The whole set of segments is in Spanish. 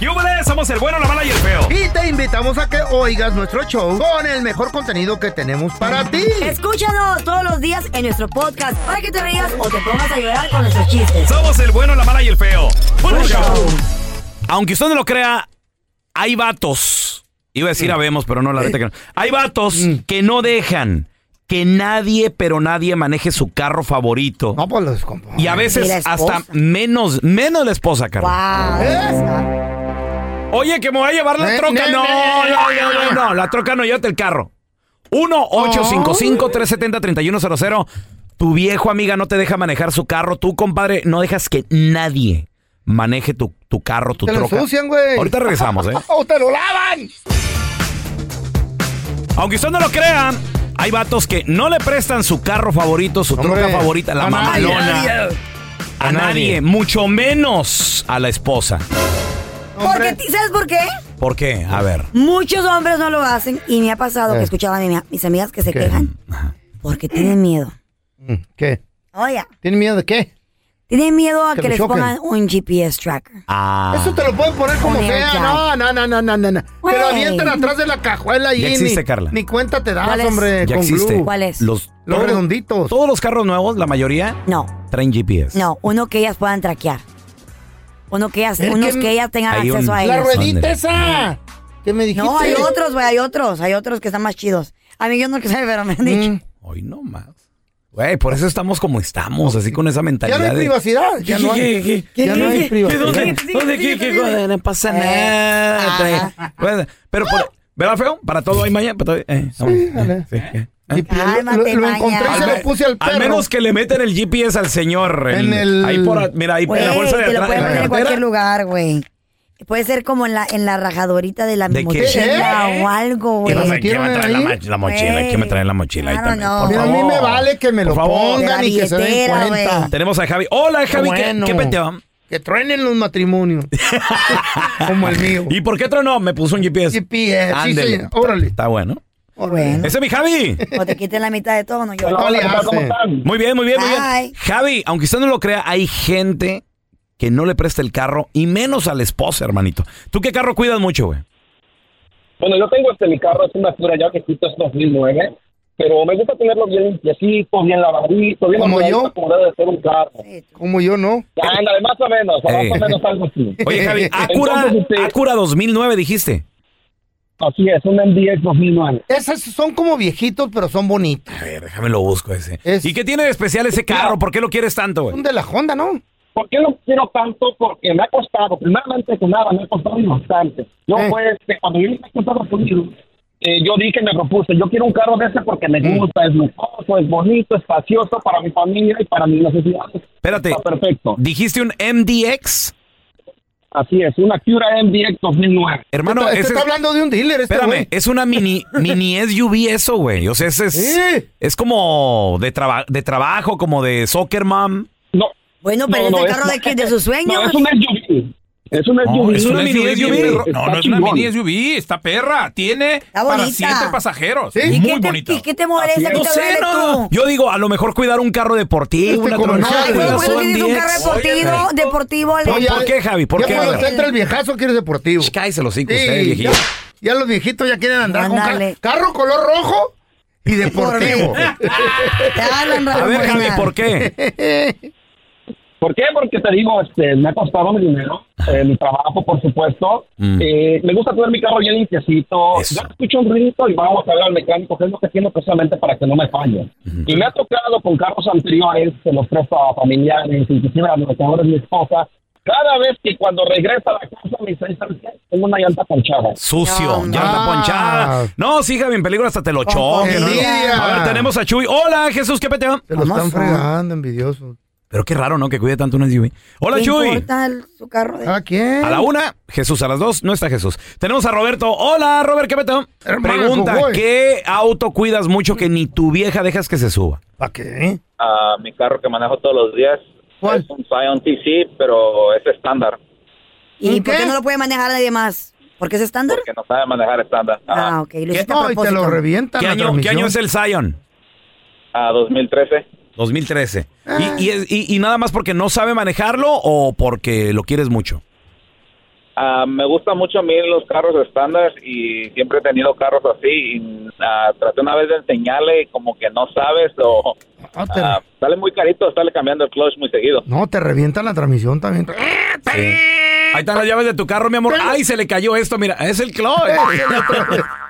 ¡Yúbales! Somos el bueno, la mala y el feo. Y te invitamos a que oigas nuestro show con el mejor contenido que tenemos para ti. Escúchanos todos los días en nuestro podcast para que te rías o te pongas a llorar con nuestros chistes. Somos el bueno, la mala y el feo. ¡Puro show! Aunque usted no lo crea, hay vatos. Iba a decir Mm. habemos, pero no la Eh. neta que no. Hay vatos que no dejan que nadie, pero nadie maneje su carro favorito. No, pues los compa. Y a ¿Y la veces esposa? hasta menos, menos la esposa, carnal. ¿Eh? Wow. Oye, que me voy a llevar la Ne- troca. ne- No, ne- no, no, no, no, la troca no, llévate el carro. 1-855-370-3100. Tu viejo amiga no te deja manejar su carro. Tú, compadre, no dejas que nadie maneje tu, tu carro, tu Te lo troca. ensucian, güey. Ahorita regresamos, ¿eh? ¡O te lo lavan! Aunque usted no lo crea, hay vatos que no le prestan su carro favorito, su Hombre, troca favorita, la a nadie. mamalona. A A nadie. nadie, mucho menos a la esposa. Porque, ti- ¿Sabes por qué? ¿Por qué? A ver. Muchos hombres no lo hacen y me ha pasado Eh. que escuchaba a mi- mis amigas que se ¿Qué? quejan porque tienen miedo. Mm, ¿Qué? Oye, ¿Tienen miedo de qué? tienen miedo a Que lo que, les choquen. pongan un GPS tracker. Ah. Eso te lo pueden poner como Poner sea. ya. No, no, no, no, no, no. no. Te lo Güey. avientan atrás de la cajuela y Ya existe, ni, Carla. ni cuenta te das, ¿Cuál es? hombre, Ya con existe. glue. ¿Cuál es? Los, Los todos- redonditos. Todos los carros nuevos, la mayoría, No, traen GPS. no, uno que ellas puedan traquear. Uno que ellas, Es unos que que, ellas tengan hay un- acceso a La ellos. ruedita Ándale. esa. ¿Qué me dijiste? No, hay otros, güey, hay otros, hay otros que están más chidos. A mí yo no que sé, pero me Mm, han dicho. Hoy no más. Güey, por eso estamos como estamos, así con esa mentalidad. Ya no hay de- privacidad. Ya no hay. ¿Qué, qué, Ya no hay qué, privacidad. ¿Dónde? ¿Dónde? ¿Qué, qué, qué? No Eh, pasa nada. trae- Pues, Pero, por, ¿verdad, feo? Para todo hay mañana. Para todo, eh, vamos, eh, dale. sí, eh. Y lo- Cálmate, lo, lo maña. encontré y se lo puse al perro. Al menos que le meten el GPS al señor. En el- Ahí por, a- mira, ahí en la Güey, bolsa de te lo atrás. de pueden la poner en cartera. cualquier lugar, güey. Puede ser como en la, en la rajadorita de la ¿De qué? mochila ¿Eh? o algo, ¿Qué güey. me ¿Lo trae- qué me trae la, metieron ma- ahí? la mochila? ¿Qué me trae la mochila? Ahí Claro, también, no. por Mira, a mí favor. me vale que me lo Por favor. pongan De y la que se den billetera, cuenta. güey. Tenemos a Javi. Hola, Javi. ¿qué- Bueno. ¿Qué, peteo? Que truenen los matrimonios. Como el mío. ¿Y por qué otro no? Me puso un GPS. GPS, eh, sí, Ándele. señor. Órale. Está bueno. Bueno, Ese es mi Javi. o te quiten la mitad de todo, no yo. No le hace. Muy bien, muy bien, muy Ay. bien. Javi, aunque usted no lo crea, hay gente que no le presta el carro y menos a la esposa, hermanito. ¿Tú qué carro cuidas mucho, güey? Bueno, yo tengo este, mi carro es una pura ya que quito es 2009, pero me gusta tenerlo bien limpiecito, bien lavadito, bien ¿Como amuebladito, yo? como debe de ser un carro. Como yo no. Ya, ándale, más o menos, o Eh. más o menos algo así. Oye, Javi, Acura, Entonces, este- Acura 2009 dijiste. Así es, un MDX 2009. Esas son como viejitos, pero son bonitas. A ver, déjame lo busco ese. Es- ¿Y qué tiene de especial ese carro? ¿Por qué lo quieres tanto, Son güey? de la Honda, ¿no? ¿Por qué lo quiero tanto? Porque me ha costado, primeramente que nada, me ha costado bastante. Yo, Eh. pues, este, cuando yo me Estados Unidos, eh, yo dije, me propuse, yo quiero un carro de ese porque me Mm. gusta, es lujoso, es bonito, espacioso para mi familia y para mis necesidades. Espérate. Está perfecto. Dijiste un MDX. Así es, una Cura MDX 2009. Hermano, este, este ese- está hablando de un dealer, este Espérame, güey. es una mini, mini SUV eso, güey. O sea, ese es, Sí. es como de, traba- de trabajo, como de soccer mom. No. Bueno, pero es el carro de, que- de sus sueños. No, es un SUV. Es un No, SUV. es una mini bien SUV. perro. No, Está no es una chingón. mini SUV, está perra. Tiene para bonita. siete pasajeros. ¿Sí? Muy ¿Y qué te- bonita. ¿Y qué te molesta? Así ¿Qué es. te duele tú? Yo digo, a lo mejor cuidar un carro deportivo, Este una como troca, nada, Ay, güey, güey, güey, son ¿por qué te pues, tienes un 10. carro deportivo? Deportivo, le- No, ya- ¿Por qué, Javi? ¿Por ya qué? cuando A te ver. entra el viejazo, quieres deportivo. Sh, Cállese los cinco, Sí, ustedes, ya, viejillo. ya los viejitos ya quieren andar con Ándale. car- carro color rojo y deportivo. te hablan, A ver, Ramón, Javi, ya. ¿por qué? ¿Por qué? Porque te digo, este, me ha costado mi dinero. eh, mi trabajo, por supuesto. Mm. Eh, me gusta tener mi carro bien limpiecito. Ya escucho un ruido y vamos a ver al mecánico qué es lo que tiene precisamente para que no me falle. Y me ha tocado con carros anteriores, se los presto a familiares, inclusive a los mejores mi esposa. Cada vez que cuando regresa a la casa me dice, "¿Sabes qué? tengo una llanta ponchada. Sucio, llanta Ah. ponchada. No, sí, Javi, en peligro hasta te lo choque. ¿no? envidia. A ver, tenemos a Chuy. Hola, Jesús, ¿qué peteo? Se lo están fregando, envidioso. Pero qué raro, ¿no? Que cuide tanto una SUV. Hola, ¿Qué Chuy. importa el- su carro? de- ¿A quién? A la una, Jesús. A las dos, no está Jesús. Tenemos a Roberto. Hola, Robert, ¿qué peteo? Hermano, Pregunta, voy. ¿qué auto cuidas mucho que ni tu vieja dejas que se suba? ¿Para qué? a mi carro que manejo todos los días. ¿Cuál? Es un Scion TC, pero es estándar, ¿Y ¿Un por qué? qué no lo puede manejar nadie más? ¿Porque es estándar? que no sabe manejar estándar. Ah, Ah, ok. Lo hiciste a No, y te propósito. lo revientan ¿Qué la año, qué año es transmisión. el Scion? a 2013. 2013. Ah. ¿Y, y es- y- y nada más porque no sabe manejarlo o porque lo quieres mucho? Ah, me gusta mucho a mí los carros estándar y siempre he tenido carros así. Y, ah, traté una vez de enseñarle y como que no sabes o Ah, te- ah, sale muy carito estarle cambiando el clutch muy seguido. No, te revientan la transmisión también. Ahí están las llaves de tu carro, mi amor. Ay, se le cayó esto, mira, es el clutch.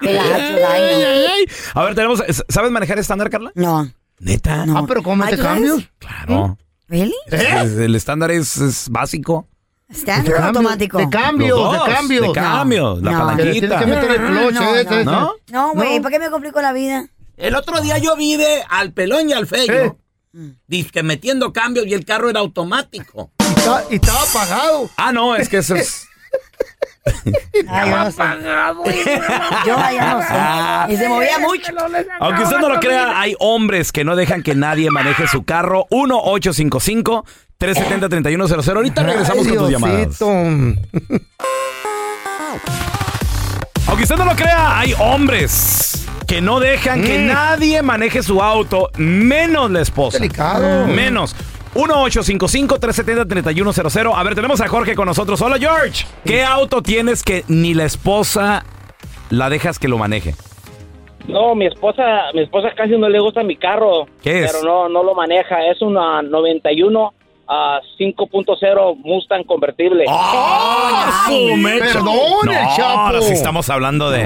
Qué gacho, Dai, A ver, tenemos, ¿sabes manejar estándar, Carla? No. Neta. No. Ah, pero ¿cómo ¿Eh? Ay, te ¿tú sabes? cambios? Claro. ¿Really? Es- es- el estándar es, es básico. Te Estándar o cambios, automático. De cambios, Los dos, de cambios. De cambios, la No. Que le tienes palanquita. que meter el clutch, No, eh, no, eh, ¿No? No, güey, No. ¿para qué me complico la vida? El otro día yo vi de al pelón y al eh, feyo. Dice que metiendo cambios y el carro era automático. y está- y estaba apagado. Ah, no, es que eso es. Ay, yo no sé. Yo ya no sé. Y se movía mucho. Ah. Aunque usted no lo crea, hay hombres que no dejan que nadie maneje su carro. 1-855-370-3100. Ahorita regresamos Ay, con tus llamadas. Diosito. Aunque usted no lo crea, hay hombres que no dejan que nadie maneje su auto, menos la esposa. Mm. Delicado. Menos. 1-855-370-3100. A ver, tenemos a Jorge con nosotros. Hola, George. ¿Qué auto tienes que ni la esposa la dejas que lo maneje? No, mi esposa, mi esposa casi no le gusta mi carro. ¿Qué es? Pero no, no lo maneja. Es una 91 a 5.0 Mustang convertible. ¡Ah, su mecha! Perdón, No, el Chapo. ahora sí estamos hablando de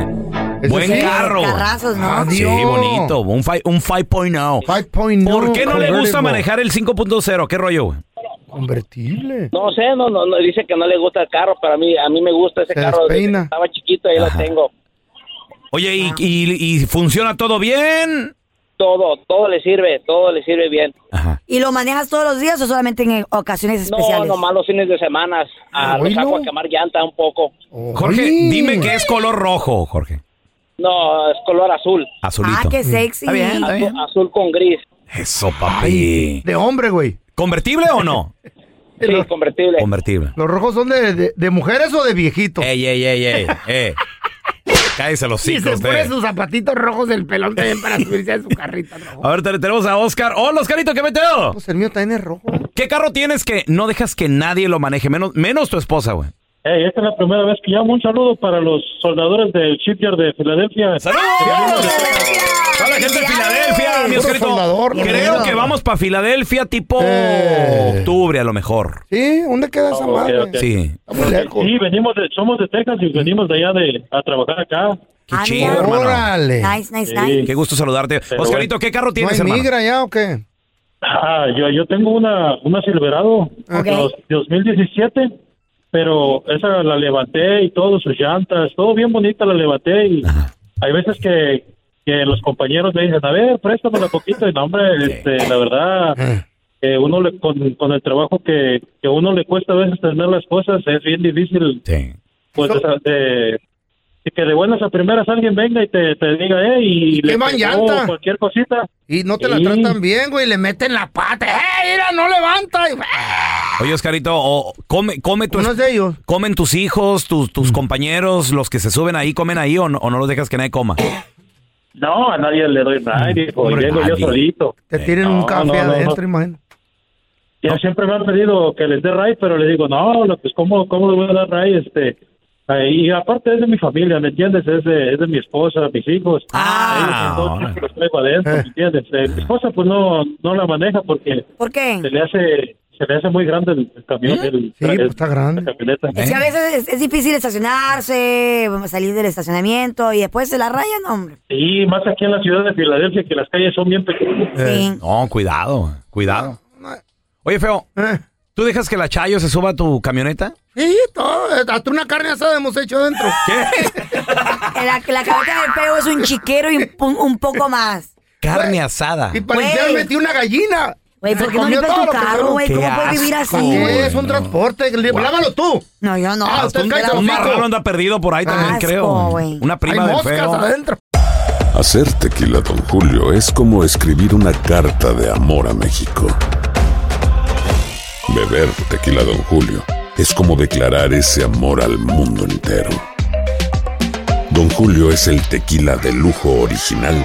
Eso buen sí. carro. Carrazos, ¿no? Sí, Dios. bonito. Un, fi- un 5.0. 5.0 ¿Por qué no le gusta oh, convertible. manejar el 5.0? ¿Qué rollo, güey? Convertible. No sé, no, no, no, dice que no le gusta el carro, pero a mí, a mí me gusta ese Se carro. desde despeina. que estaba chiquito, ahí Ajá. lo tengo. Oye, ¿y, y- y funciona todo bien? Todo, todo le sirve, todo le sirve bien. Ajá. ¿Y lo manejas todos los días o solamente en ocasiones No, especiales? nomás los fines de semana ah, lo Oílo. saco a quemar llanta un poco. Jorge, Oye. dime que es color rojo, Jorge. No, es color azul, Azulito. Ah, qué sexy. Mm. Está bien, está bien. azul con gris. Eso, papi. De hombre, güey. ¿Convertible o no? Sí, Los- convertible. Convertible. ¿Los rojos son de, de- de mujeres o de viejitos? Ey, ey, ey, ey. eh. Cállese los Y se cinco, pone ustedes. sus zapatitos rojos del pelón también para subirse a su carrito A rojo. ver, te- tenemos a Oscar. Hola, Oscarito, ¿qué meteo? Pues el mío también es rojo. ¿Qué carro tienes que no dejas que nadie lo maneje? Menos, menos tu esposa, güey. Hey, esta es la primera vez que llamo. Un saludo para los soldadores del shipyard de Filadelfia. ¡Saludos! Toda la gente de Filadelfia, mi Puro Oscarito. soldador, Creo bienvenido. que vamos para Filadelfia tipo Eh. octubre, a lo mejor. Sí, ¿dónde queda esa ok, madre? ok. Sí. Está muy lejos. Sí, venimos de, somos de Texas y venimos de allá de, a trabajar acá. Qué Ah, chido, mira. hermano. Órale. Nice, nice, Sí. nice. Qué gusto saludarte. Pero Oscarito, ¿qué carro ¿No tienes, hay hermano? migra ya o qué? Ah, yo, yo tengo una, una Silverado de dos- 2017, pero esa la levanté y todo, sus llantas, todo bien bonita la levanté y hay veces que, que los compañeros me dicen, a ver, préstamela poquito y no, hombre, este, la verdad, que uno le- con, con el trabajo que, que uno le cuesta a veces tener las cosas, es bien difícil Sí. pues de, de- de que de buenas a primeras alguien venga y te, te diga, eh, y, Y queman pegó pues, llanta. cualquier cosita. Y no te la Sí. tratan bien, güey. Le meten la pata. ¡Eh, mira, no levanta! Y- ¡eh! Oye, Oscarito, o- come, come tu Uno Pues es de ellos. Mm. ¿Comen tus hijos, tus, tus compañeros, los que se suben ahí, comen ahí o no, o no los dejas que nadie coma? No, a nadie le doy nada, dijo, hombre, llego nadie. yo solito. Te tienen no, un café no, no, adentro, no. imagínate. Ya siempre me han pedido que les dé ray, pero le digo, no, no, pues cómo, cómo le voy a dar ray, este... eh, Y aparte es de mi familia, ¿me entiendes? Es de, es de mi esposa, mis hijos. Ah, Ellos entonces ahora. Eh, siempre los traigo adentro, ¿me entiendes? Eh, mi esposa pues no, no la maneja porque ¿Por qué? ¿Eh? se le hace se me hace muy grande el, el camión. El, sí, pues, está grande. La camioneta. Es que a veces es, es difícil estacionarse, salir del estacionamiento y después se la rayan, hombre. Sí, más aquí en la ciudad de Filadelfia, que las calles son bien pequeñas. Eh. No, cuidado, cuidado. Oye, feo, Eh. ¿tú dejas que la Chayo se suba a tu camioneta? Sí, todo. Hasta una carne asada hemos hecho dentro. La, la cabeza del peo es un chiquero y un, un poco más. Carne asada. Y parecía Güey. metí una gallina. Güey, ¿por Se qué no comió limpias todo tu lo que carro, sobró. güey? ¿Cómo Qué puedes vivir asco, así? güey, Es un no. transporte. li- Guau. Lávalo tú. No, yo no. Ah, Hasta usted un, cállate un el hocico. marrano anda perdido por ahí también, Asco, creo. güey. Una prima Hay del moscas feo. adentro. Hacer tequila, Don Julio, es como escribir una carta de amor a México. Beber tequila, Don Julio, es como declarar ese amor al mundo entero. Don Julio es el tequila de lujo original,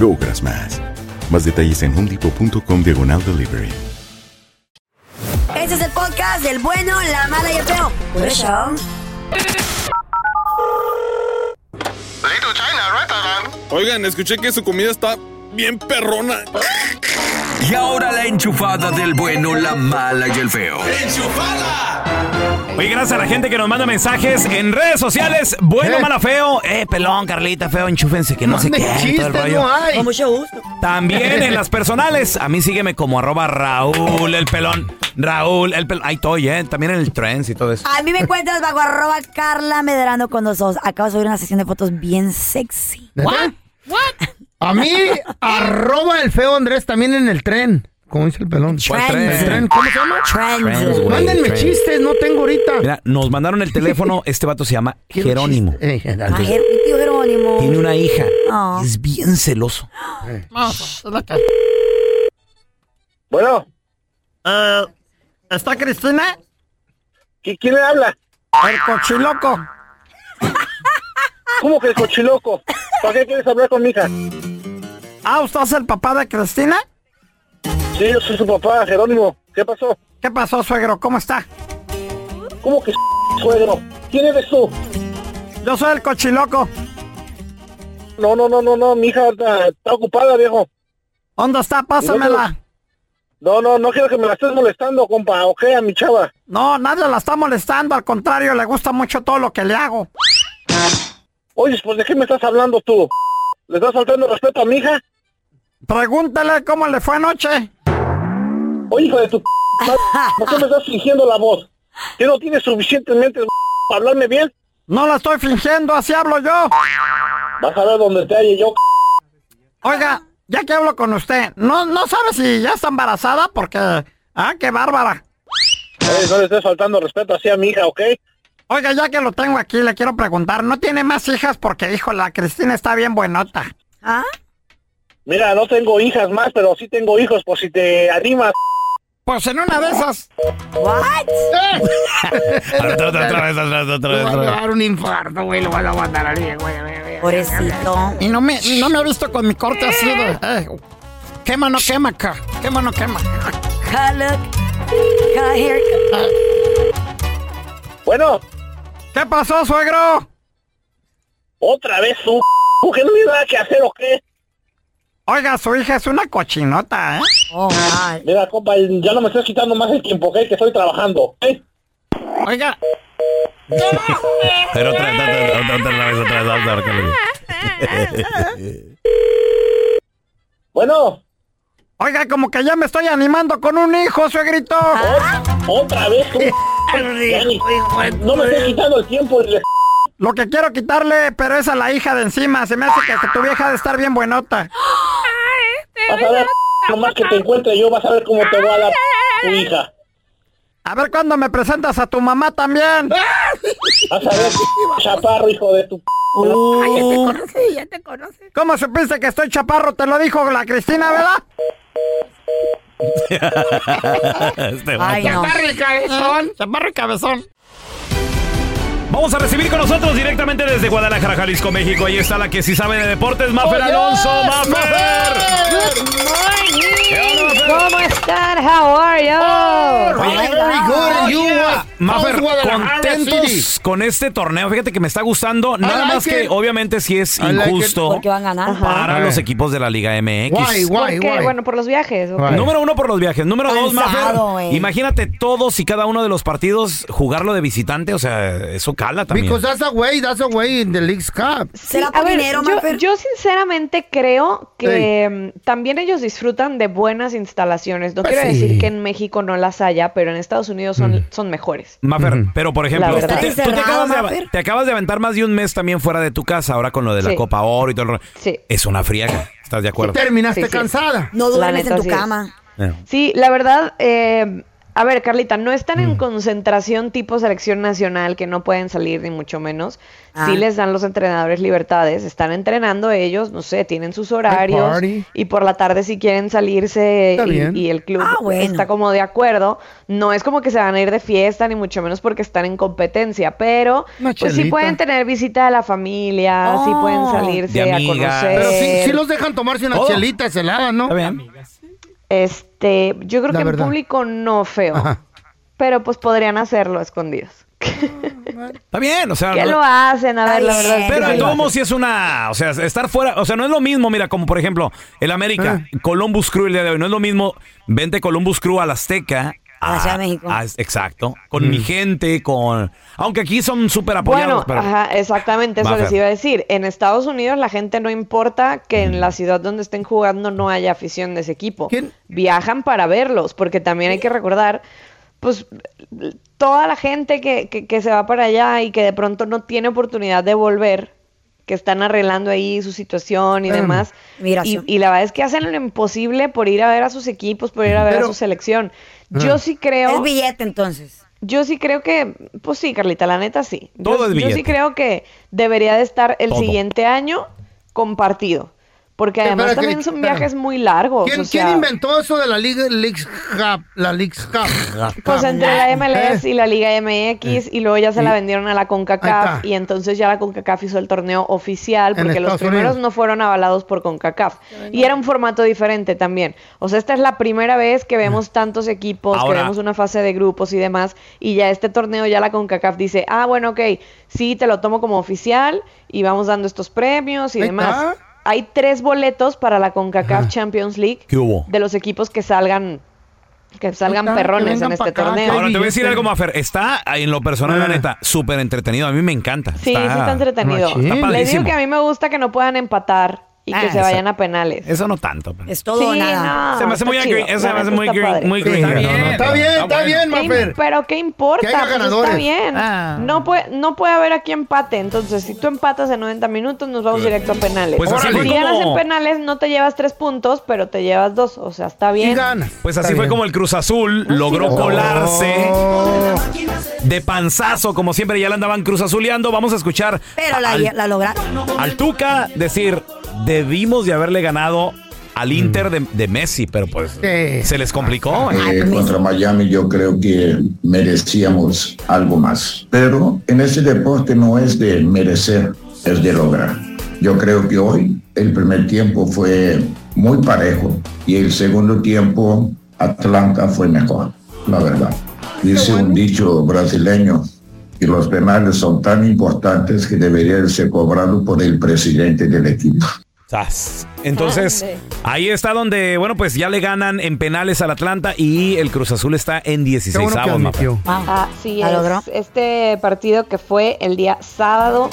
logras más. Más detalles en homedepot.com diagonal delivery. Ese Este es el podcast del bueno, la mala y el feo. Por eso. Oigan, escuché que su comida está bien perrona. Y ahora la enchufada del bueno, la mala y el feo. Oye, gracias a la gente que nos manda mensajes en redes sociales. Bueno, mala, feo. Eh, pelón, Carlita, feo, enchúfense que no sé Manden qué. y todo el chistes, rollo. no ah. hay. Con mucho gusto. También en las personales. A mí sígueme como arroba Raúl el pelón. Raúl el pelón. Ahí estoy, ¿eh? También en el Trends y todo eso. A mí me encuentras bajo arroba Carla Medrano con dos dos. Acabo de subir una sesión de fotos bien sexy. ¿What? A mí, arroba el feo Andrés también en el tren. Como dice el pelón. ¿Cuál tren? El tren, ¿Cómo se llama? Trends, güey, Mándenme trends. chistes, no tengo ahorita. Mira, nos mandaron el teléfono. Este vato se llama Quiero Eh, Jerónimo. Ah, Jer- mi tío Jerónimo. Tiene una hija. Ah. Es bien celoso. pues, Bueno. Ah, ¿Está Cristina? ¿Quién le habla? El cochiloco. ¿Cómo que el cochiloco? ¿Para qué quieres hablar con mi hija? Ah, ¿usted es el papá de Cristina? Sí, yo soy su papá, Jerónimo. ¿Qué pasó? ¿Qué pasó, suegro? ¿Cómo está? ¿Cómo que suegro? ¿Quién eres tú? Yo soy el cochiloco. No, no, no, no, no, mi hija está, está ocupada, viejo. ¿Dónde está? Pásamela. No, no, no quiero que me la estés molestando, compa. Ok, a mi chava. No, nadie la está molestando. Al contrario, le gusta mucho todo lo que le hago. Oye, pues ¿de qué me estás hablando tú? ¿Le estás faltando respeto a mi hija? Pregúntale cómo le fue anoche. Oye, Oh, hijo de tu... madre, ¿Por qué me estás fingiendo la voz? ¿Que no tienes suficientemente para hablarme bien? No la estoy fingiendo, así hablo yo. Vas a ver dónde te halle yo, Oiga, ya que hablo con usted, ¿no, no sabe si ya está embarazada? Porque... Ah, qué bárbara. no le estés faltando respeto así a mi hija, ¿ok? Oiga, ya que lo tengo aquí, le quiero preguntar, ¿no tiene más hijas? Porque, hijo, la Cristina está bien buenota. ¿Ah? Mira, no tengo hijas más, pero sí tengo hijos, por si te animas. Pues en una de esas. Otra, otra, otra vez, otra vez, otra vez, otra Le vez. va a dar un infarto, güey. Lo vas a aguantar al día, güey. güey. Pobrecito. Y no me, no me he visto con mi corte así de. eh, quema, no quema acá. Quema, no quema. Bueno. ¿Qué pasó, suegro? Otra vez su... ¿Qué no tiene nada que hacer o qué? Oiga, su hija es una cochinota, ¿eh? Mira, compa, ya no me estás quitando más el tiempo, ¿ok? Que estoy trabajando, ¿ok? Oiga, Pero otra, otra, otra, otra, otra vez, otra vez, otra vez. Bueno. Oiga, como que ya me estoy animando con un hijo, suegrito. Otra vez, ¿cómo? Ya ni- no me estoy quitando el tiempo. le- Lo que quiero quitarle, pero es a la hija de encima. Se me hace que tu vieja ha de estar bien buenota. Vas a ver, nomás que te encuentre yo, vas a ver cómo te va a dar tu hija. A ver cuándo me presentas a tu mamá también. Vas a ver, chaparro, hijo de tu... Oh. ya te conoce. ¿Cómo supiste que estoy chaparro? Te lo dijo la Cristina, ¿verdad? Este vato. Chaparro y cabezón. Chaparro y cabezón. Vamos a recibir con nosotros directamente desde Guadalajara, Jalisco, México. Ahí está la que sí sabe de deportes, Mafer ¡Oh, Alonso. Mafer. ¿Cómo están? How are you? Oh, Oh Mafer, Guadalajara contentos City. con este torneo. Fíjate que me está gustando. Nada like más que, it. obviamente, sí es like it. injusto Porque van ganando. para Ajá. los equipos de la Liga MX. Porque, Bueno, por los viajes. ok. Número uno por los viajes. Número dos, Mafer. Cansado, eh. Imagínate todos y cada uno de los partidos jugarlo de visitante. O sea, eso cala también. Because that's a way, that's a way in the League's Cup. Sí, a ver, yo, yo sinceramente creo que mm, también ellos disfrutan de buenas instalaciones. No Pues quiero sí. Mm. decir que en México no las haya, pero en Estados Unidos son, son mejores. Mafer, pero por ejemplo, La tú, verdad. te, Está tú te encerrado, acabas de, av- Mafer. te acabas de aventar más de un mes también fuera de tu casa, ahora con lo de la Sí. Copa Oro y todo el rollo. Sí. Es una friega, ¿estás de acuerdo? Terminaste Sí, sí. cansada. No La duermes en neta, tu sí. cama. Eh. Sí, la verdad, eh, a ver, Carlita, no están en concentración tipo selección nacional, que no pueden salir ni mucho menos. Ah. Sí les dan los entrenadores libertades, están entrenando ellos, no sé, tienen sus horarios party. y por la tarde si quieren salirse Está bien. y, y el club Ah, bueno. está como de acuerdo. No es como que se van a ir de fiesta, ni mucho menos porque están en competencia, pero Una pues sí chelita. pueden tener visita de la familia, sí pueden Oh. salirse De a amigas. conocer. Pues Pero sí- sí los dejan tomarse Oh. unas chelitas heladas, ¿no? Este, yo creo La que verdad. en público no feo, Ajá. pero pues podrían hacerlo a escondidos. Está bien, o sea. ¿Qué no- lo hacen? A ver, la verdad. es que Pero sí. el domo sí es una. O sea, estar fuera. O sea, no es lo mismo, mira, como por ejemplo, el América, Ah. Columbus Crew el día de hoy. No es lo mismo, vente Columbus Crew al Azteca. A la a- Ciudad de México. a- exacto. Mm. Con mi gente, con. Aunque aquí son súper apoyados. Bueno, ajá, exactamente, eso Va, les Fer. iba a decir. En Estados Unidos la gente no importa que en la ciudad donde estén jugando no haya afición de ese equipo. Viajan para verlos, porque también hay que recordar, pues, toda la gente que, que- que se va para allá y que de pronto no tiene oportunidad de volver, que están arreglando ahí su situación y Em, demás. Y, migración. y la verdad es que hacen lo imposible por ir a ver a sus equipos, por ir a ver Pero- a su selección. Yo Em. sí creo... El billete, entonces. Yo sí creo que, pues sí, Carlita, la neta sí. Yo- Todo es yo, billete. sí creo que debería de estar el Todo. siguiente año compartido. Porque además Espera, también que- son espera. viajes muy largos. ¿Quién, o sea, quién inventó eso de la Liga League's Cup? La League's Cup. Pues entre la MLS Eh. y la Liga MX y luego ya se la vendieron a la CONCACAF y entonces ya la CONCACAF hizo el torneo oficial En porque los Estados primeros Unidos. no fueron avalados por CONCACAF y era un formato diferente también. O sea, esta es la primera vez que vemos tantos equipos, Ahora- que vemos una fase de grupos y demás y ya este torneo ya la CONCACAF dice, ah, bueno, ok, sí, te lo tomo como oficial y vamos dando estos premios y Ahí demás. está. Hay tres boletos para la CONCACAF Ajá. Champions League ¿Qué hubo? de los equipos que salgan que salgan Ah, que perrones vengan en pa' este acá, torneo. Ahora te voy a decir algo, Mafer. Está en lo personal, Ah. la neta, súper entretenido. A mí me encanta. Sí, sí está entretenido. Está Les digo padrísimo. que a mí me gusta que no puedan empatar y Ah, que se eso- vayan a penales. Eso no tanto. pero- Es todo o nada. se me Ah, hace muy green. Eso se me hace muy green. Muy green. Sí, no, no, está bien, está bien, Mafer. Pero qué Que importa, haya pues está ganadores. bien. Ah. No, puede, no puede haber aquí empate. Entonces, si tú empatas en 90 minutos, nos vamos directo a penales. Pues así fue si ganas como- en penales, no te llevas tres puntos, pero te llevas dos. O sea, está bien. Oh. Pues así fue como el Cruz Ah, Azul logró colarse de panzazo, como siempre ya la andaban Cruz Azuleando. Vamos a escuchar Pero la, al, la logra- al Tuca decir, debimos de haberle ganado Mm. al Inter de, de Messi, pero pues se les complicó. Ah, Eh, contra Miami yo creo que merecíamos algo más. Pero en este deporte no es de merecer, es de lograr. Yo creo que hoy el primer tiempo fue muy parejo y el segundo tiempo Atlanta fue mejor, la verdad. Dice un dicho brasileño que los penales son tan importantes que deberían ser cobrados por el presidente del equipo. Sas. Entonces, ahí está donde, bueno, pues ya le ganan en penales al Atlanta y el Cruz Azul está en 16 Qué bueno que admitió. Así ¿La logró? es. Este partido que fue el día sábado.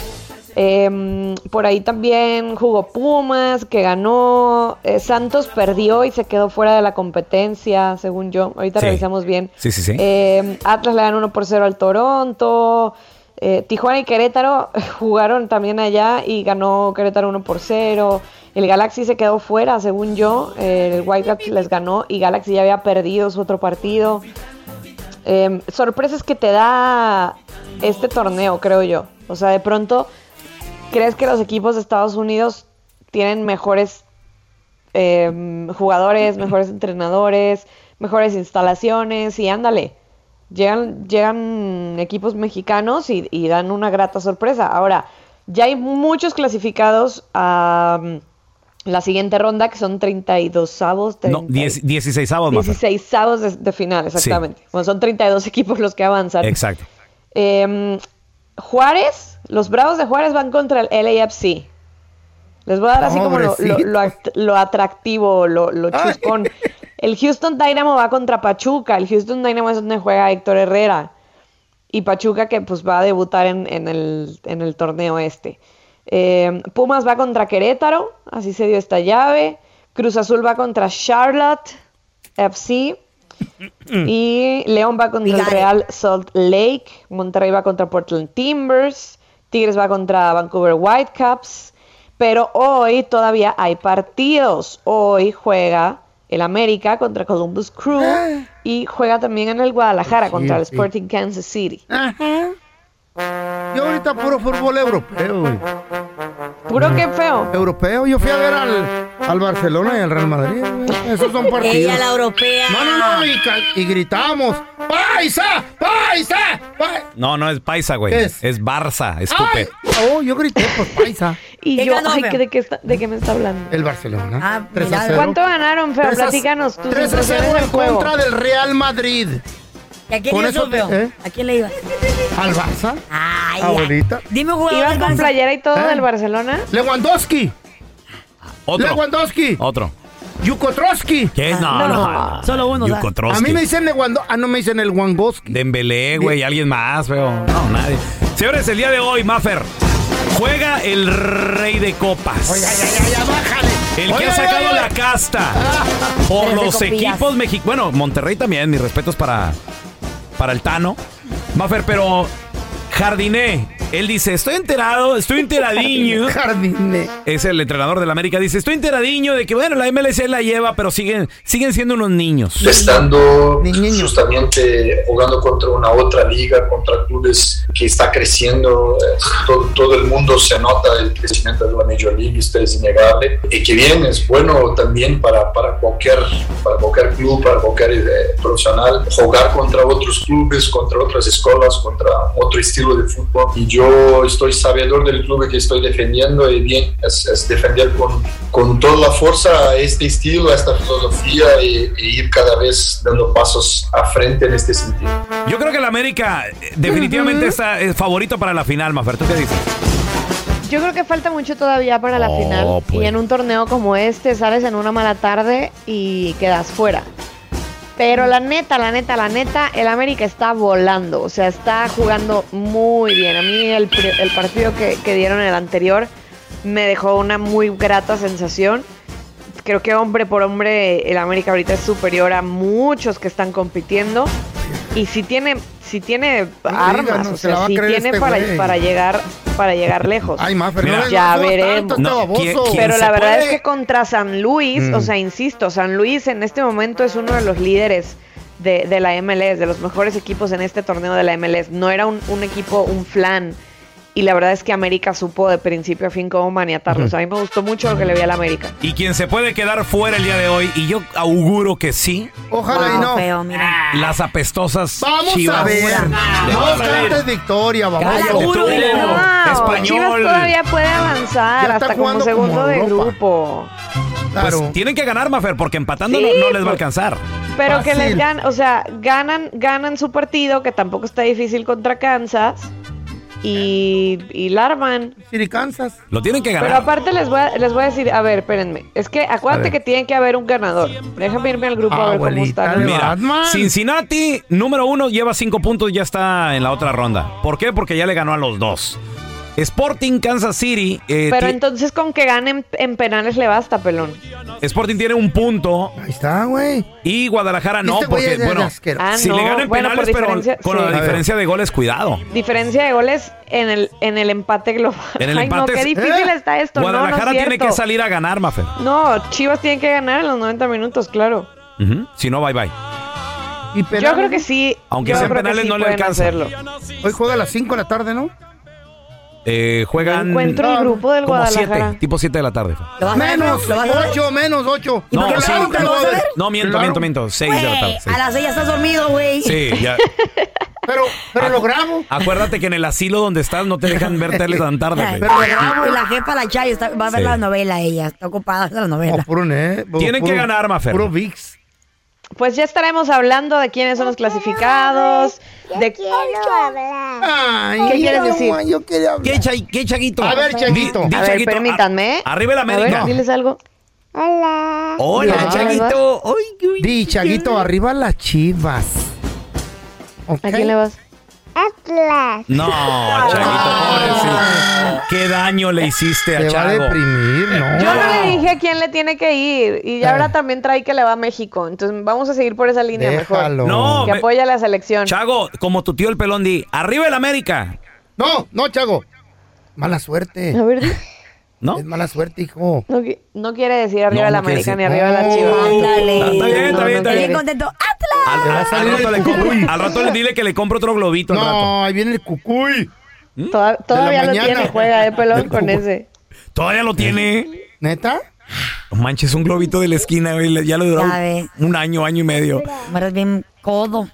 eh, por ahí también jugó Pumas, que ganó. eh, Santos perdió y se quedó fuera de la competencia, según yo. Ahorita Sí. revisamos bien. Sí, sí, sí. Eh, Atlas le dan 1 por 0 al Toronto. Eh, Tijuana y Querétaro jugaron también allá y ganó Querétaro 1 por 0. El Galaxy se quedó fuera, según yo. Eh, el Whitecaps les ganó y Galaxy ya había perdido su otro partido. Eh, sorpresas que te da este torneo, creo yo. O sea, de pronto, ¿crees que los equipos de Estados Unidos tienen mejores eh, jugadores, mejores entrenadores, mejores instalaciones y ándale. Llegan, llegan equipos mexicanos y, y dan una grata sorpresa. Ahora, ya hay muchos clasificados a mm, la siguiente ronda que son 32 avos, No, 10 16 avos más. 16 avos de, de final, Sí. exactamente. Bueno, son 32 equipos los que avanzan. Exacto. Eh, Juárez, los Bravos de Juárez van contra el LAFC. Les voy a dar así como lo, lo- lo act- lo atractivo, lo, lo chuscón. El Houston Dynamo va contra Pachuca. El Houston Dynamo es donde juega Héctor Herrera. Y Pachuca que pues va a debutar en, en el, en el torneo este. Eh, Pumas va contra Querétaro. Así se dio esta llave. Cruz Azul va contra Charlotte FC. Y León va contra el Real Salt Lake, Monterrey va contra Portland Timbers, Tigres va contra Vancouver Whitecaps, pero hoy todavía hay partidos. Hoy juega el América contra Columbus Crew y juega también en el Guadalajara contra el sí. Sporting Kansas City. Yo ahorita puro fútbol europeo, güey. ¿Puro qué feo? Europeo. Yo fui a ver al, al Barcelona y al Real Madrid, güey. Esos son partidos. Ella, la europea. No, no, no. Y, cal- y gritamos. ¡Paisa! ¡Paisa! ¡Paisa! No, no es paisa, güey. ¿Qué Es? Barça, escupe. Oh, yo grité, pues, paisa. Y ¿Qué yo, ganó, ay, feo? ¿qué- de, qué está- de qué me está hablando? El Barcelona. Ah, ¿Cuánto ganaron, feo? Tres a- Platícanos tus 3 a 0 impresiones del en juego. contra del Real Madrid. ¿Y a quién Con le eso ibas, feo? te- ¿eh? ¿A quién le ibas? ¿Al Barça? Ay, Abuelita. Dime un jugador ¿Iban del con Barça. playera y todo ¿Eh? del Barcelona? Lewandowski. Otro. Lewandowski. Otro. Yukotrowski. ¿Qué? No, no. Solo uno. ¿sabes? Yukotrowski. A mí me dicen Lewandowski. Ah, no me dicen el Wangoski. Dembélé, güey, alguien más, feo. No, nadie. Señores, el día de hoy, Maffer, juega el Rey de Copas. El que Oye, ha oye, sacado oye. la casta por Tres de los copillas. equipos mexicanos. Bueno, Monterrey también, mis respetos para, para el Tano. Maffer, pero Jardiné, él dice, estoy enterado, estoy enteradiño. Jardiné. Es el entrenador del América, dice, estoy enteradiño de que, bueno, la MLC la lleva, pero siguen, siguen siendo unos niños. estando justamente jugando contra una otra liga, contra clubes que está creciendo, eh, todo, todo el mundo se nota el crecimiento de la Major League, esto es innegable, y que bien, es bueno también para, para, cualquier, para cualquier club, para cualquier eh, profesional, jugar contra otros clubes, contra otras escuelas, contra otro estilo de fútbol, y yo estoy sabedor del club que estoy defendiendo, y bien, es, es defender con, con toda la fuerza este estilo, esta filosofía y, y ir cada vez dando pasos a frente en este sentido. Yo creo que el América eh, definitivamente está eh, favorito para la final, Mafer. ¿Tú qué dices? Yo creo que falta mucho todavía para la Oh, final. Y en un torneo como este, sales en una mala tarde y quedas fuera. Pero la neta, la neta, la neta, el América está volando. O sea, está jugando muy bien. A mí el, pri- el partido que, que dieron en el anterior me dejó una muy grata sensación. Creo que hombre por hombre el América ahorita es superior a muchos que están compitiendo. Y si tiene, si tiene armas, no, o se la va sea, a si creer tiene este para, güey. para llegar para llegar lejos. Ay, más, pero no le- ya no le veremos. tanto este No, baboso. ¿quién- quién pero se la verdad puede? es que contra San Luis, Mm. o sea, insisto, San Luis en este momento es uno de los líderes de, de la MLS, de los mejores equipos en este torneo de la MLS. No era un, un equipo, un flan. Y la verdad es que América supo de principio a fin cómo maniatarlos. A mí me gustó mucho lo que le vi a la América. Y quien se puede quedar fuera el día de hoy, y yo auguro que sí, Ojalá y no. las apestosas Vamos chivas. a ver. Le No van a ver. cantes victoria, vamos. Cállate tú, español. Chivas todavía puede avanzar Ya está Ah, hasta como jugando como segundo de Europa. grupo. Pues tienen que ganar, Mafer, porque empatando Sí, no, no les va a pues- alcanzar. Pero que les Fácil. ganan, o sea, ganan, ganan su partido, que tampoco está difícil contra Kansas. y, y la arman. City Kansas. Lo tienen que Pero ganar. aparte les voy, a, les voy a decir, a ver, espérenme. Es que acuérdate A ver. que tiene que haber un ganador. Déjame irme al grupo a ver cómo está. Mira, Cincinnati, número uno, lleva cinco puntos y ya está en la otra ronda. ¿Por qué? Porque ya le ganó a los dos. Sporting Kansas City. eh, Pero ti- entonces con que ganen en penales le basta, pelón. Sporting tiene un punto. Ahí está, güey. Y Guadalajara no, Este güey porque, es de bueno, asqueroso. Ah, si no, le ganan bueno, penales, por pero diferencia, con sí. la diferencia de goles, cuidado. Diferencia de goles en el, en el empate global. En el Ay, no, empate qué es- difícil ¿Eh? está esto. No, no es Guadalajara tiene cierto. que salir a ganar, Mafer. No, Chivas tiene que ganar en los 90 minutos, claro. Ujú. Si no, bye bye. Yo creo que sí. Aunque yo sean creo que penales, sí no le pueden alcanza. hacerlo. Hoy juega a las 5 de la tarde, ¿no? Eh, juegan. Encuentro el grupo del como Guadalajara. siete, tipo 7 de la tarde. Menos 8, menos 8. No, sí, te lo no, miento, miento, miento. 6 de la tarde. sí. A las 6 ya estás dormido, güey. Sí, ya. Pero lo grabo. Acuérdate que en el asilo donde estás no te dejan ver tele tan tarde. güey. Y la jefa, la Chayo, está- va a ver Sí. la novela ella. Está ocupada de la novela. Tienen que ganar, Mafer. eh, Puro VIX. Pues ya estaremos hablando de quiénes son los clasificados. de... ¿Qué quieres decir? Yo quería hablar. ¿Qué, Chay- qué chaguito? A ver, Chaguito. Di- di A ver, Chaguito, permítanme. a- arriba la A ver, América. diles algo. Hola. Ah, Hola, Chaguito. Di, Chaguito, arriba las chivas. ¿A quién le vas? Atlas. No, Chaguito, pobrecito. Qué daño le hiciste a Te va a Chago. deprimir, ¿no? Yo no le dije a quién le tiene que ir. Y ya ahora también trae que le va a México. Entonces vamos a seguir por esa línea Déjalo. mejor. No, que me- apoya a la selección. Chago, como tu tío el pelón di, arriba el América. No, no, Chago. Mala suerte. A ver, ¿No? Es mala suerte, hijo. Oh. No, qui- no quiere decir arriba No, de la no quiere América decir- ni arriba de la Chivas. Ándale. Está bien, está bien, está bien. Bien contento. Al, al- al rato le compro- al rato le dile que le compro otro globito. al rato. No, ahí viene el cucuy. Mm. Toda- todavía lo mañana. tiene, juega, eh, pelón, con ese. Todavía lo tiene. ¿Neta? No manches, un globito de la esquina, güey, le- Ya lo duró Ya ves. un año, año y medio. Eres bien codo.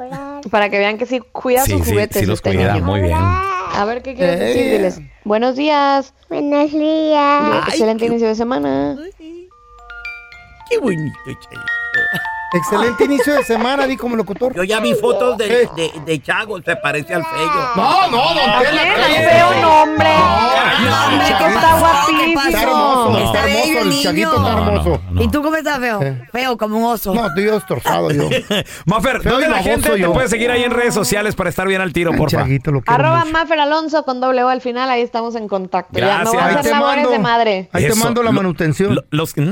Para que vean que sí cuida Sí, sus sí, juguetes. sí los este cuida, niño. muy bien. A ver, ¿qué quieres Eh. decir? Diles, Buenos días. Buenos días. Excelente inicio de semana. Qué bonito, Chayo. Excelente inicio de semana, di como locutor. Eh. Yo ya vi fotos de, de, de Chago, se parece al Fello. No, no, don ¿A Tela, quién? cállese. Al feo no, hombre. No, hombre, que Chaguito. está Está hermoso, No. está Está hermoso, bello el el chaguito niño. está No, no, hermoso. Eh. ¿Y tú cómo estás, feo? Feo, como un oso. No, estoy destrozado yo. Mafer, Feo y ¿dónde la baboso gente te yo. puede seguir ahí en redes sociales para estar bien al tiro, por favor? Arroba Mafer Alonso con doble O al final, ahí estamos en contacto. Ya, me voy a Gracias. hacer Ahí te labores mando. de madre. Ahí te mando la manutención. los, ¿Mm?